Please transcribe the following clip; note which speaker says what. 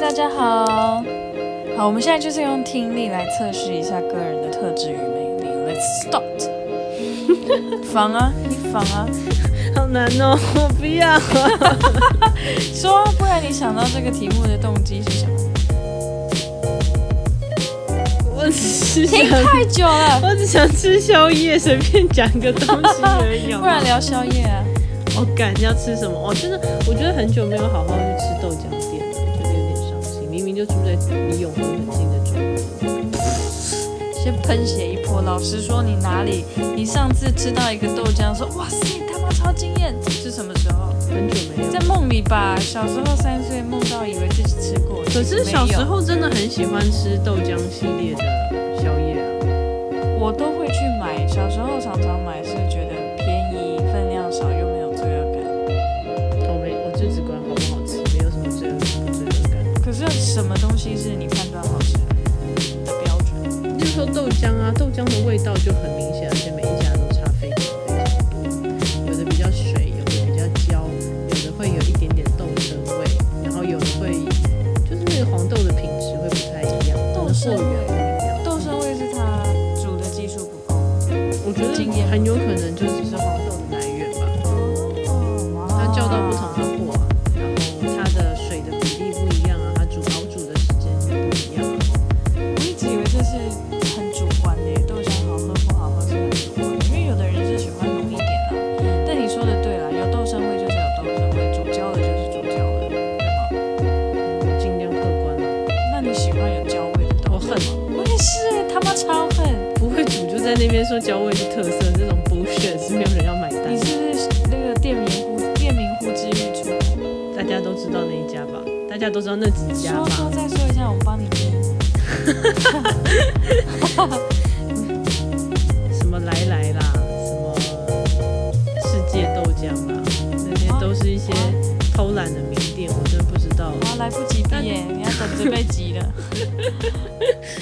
Speaker 1: 大家好。好，我们现在就是用听力来测试一下个人的特质与魅力。Let's start 。 防啊，你防啊，
Speaker 2: 好难哦， 我不要。啊
Speaker 1: 说啊，不然你想到这个题目的动机是什么？
Speaker 2: 我只是想
Speaker 1: 听，太久了，
Speaker 2: 我只想吃宵夜，随便讲个东西而已。
Speaker 1: 不然聊宵夜啊。
Speaker 2: 我赶要吃什么？我真的，我觉得很久没有好好去吃豆浆店了，觉得有点伤心。明明就住在离永和很近的中和，
Speaker 1: 先喷血一波。老师说你哪里？你上次吃到一个豆浆，说哇塞，他妈超惊艳，这是什么时候？
Speaker 2: 很久没有
Speaker 1: 在。梦里吧，小时候三岁梦到以为自己吃过，
Speaker 2: 可是
Speaker 1: 其实没有
Speaker 2: 小时候真的很喜欢吃豆浆系列的宵夜啊。
Speaker 1: 我都会去买，小时候常常买是觉得便宜、分量少又没有罪恶感。
Speaker 2: 我没，我就只管好不好吃，没有什么罪恶感不罪恶感。
Speaker 1: 可是什么东西是你判断好吃的标准？
Speaker 2: 就说豆浆啊，豆浆的味道就很明显，而且每一家都差非常非常多，有的比较水，有的比较焦，有的会有一点点豆生味，然后有的会就是那个黄豆的品质会不太一样，
Speaker 1: 豆生味
Speaker 2: 它的货源不一样。
Speaker 1: 豆生味是它煮的技术不够。
Speaker 2: 我觉
Speaker 1: 经验
Speaker 2: 得很有可能就只是黄豆的来源吧，
Speaker 1: 哦，
Speaker 2: 它叫到不同的货啊，然后它的水的比例不一样啊，它煮熬煮的时间不一样啊。
Speaker 1: 我一直以为这是很主观的耶，豆浆好喝不好喝是很主观，因为有的人是喜欢浓一点啊。但你说的对啦，有豆生味就是有豆生味，煮焦的就是煮焦的，对吗？
Speaker 2: 我尽量客观啊，
Speaker 1: 那你喜欢有焦味的豆
Speaker 2: 我
Speaker 1: 吗
Speaker 2: 恨。
Speaker 1: 我也是，欸他妈超恨。
Speaker 2: 不会煮就在那边说焦味是特色，这种 bullshit 是没有人要买单的
Speaker 1: 你。是不是那个店名呼店名呼之欲出？
Speaker 2: 大家都知道那一家吧？大家都知道那几家
Speaker 1: 说说
Speaker 2: 吧？
Speaker 1: 再说一下，我帮你逼。
Speaker 2: 什么来来啦，什么世界豆浆啦，那些都是一些偷懒的名店，我真的不知道。
Speaker 1: 我要来不及逼耶，你要等着被急了。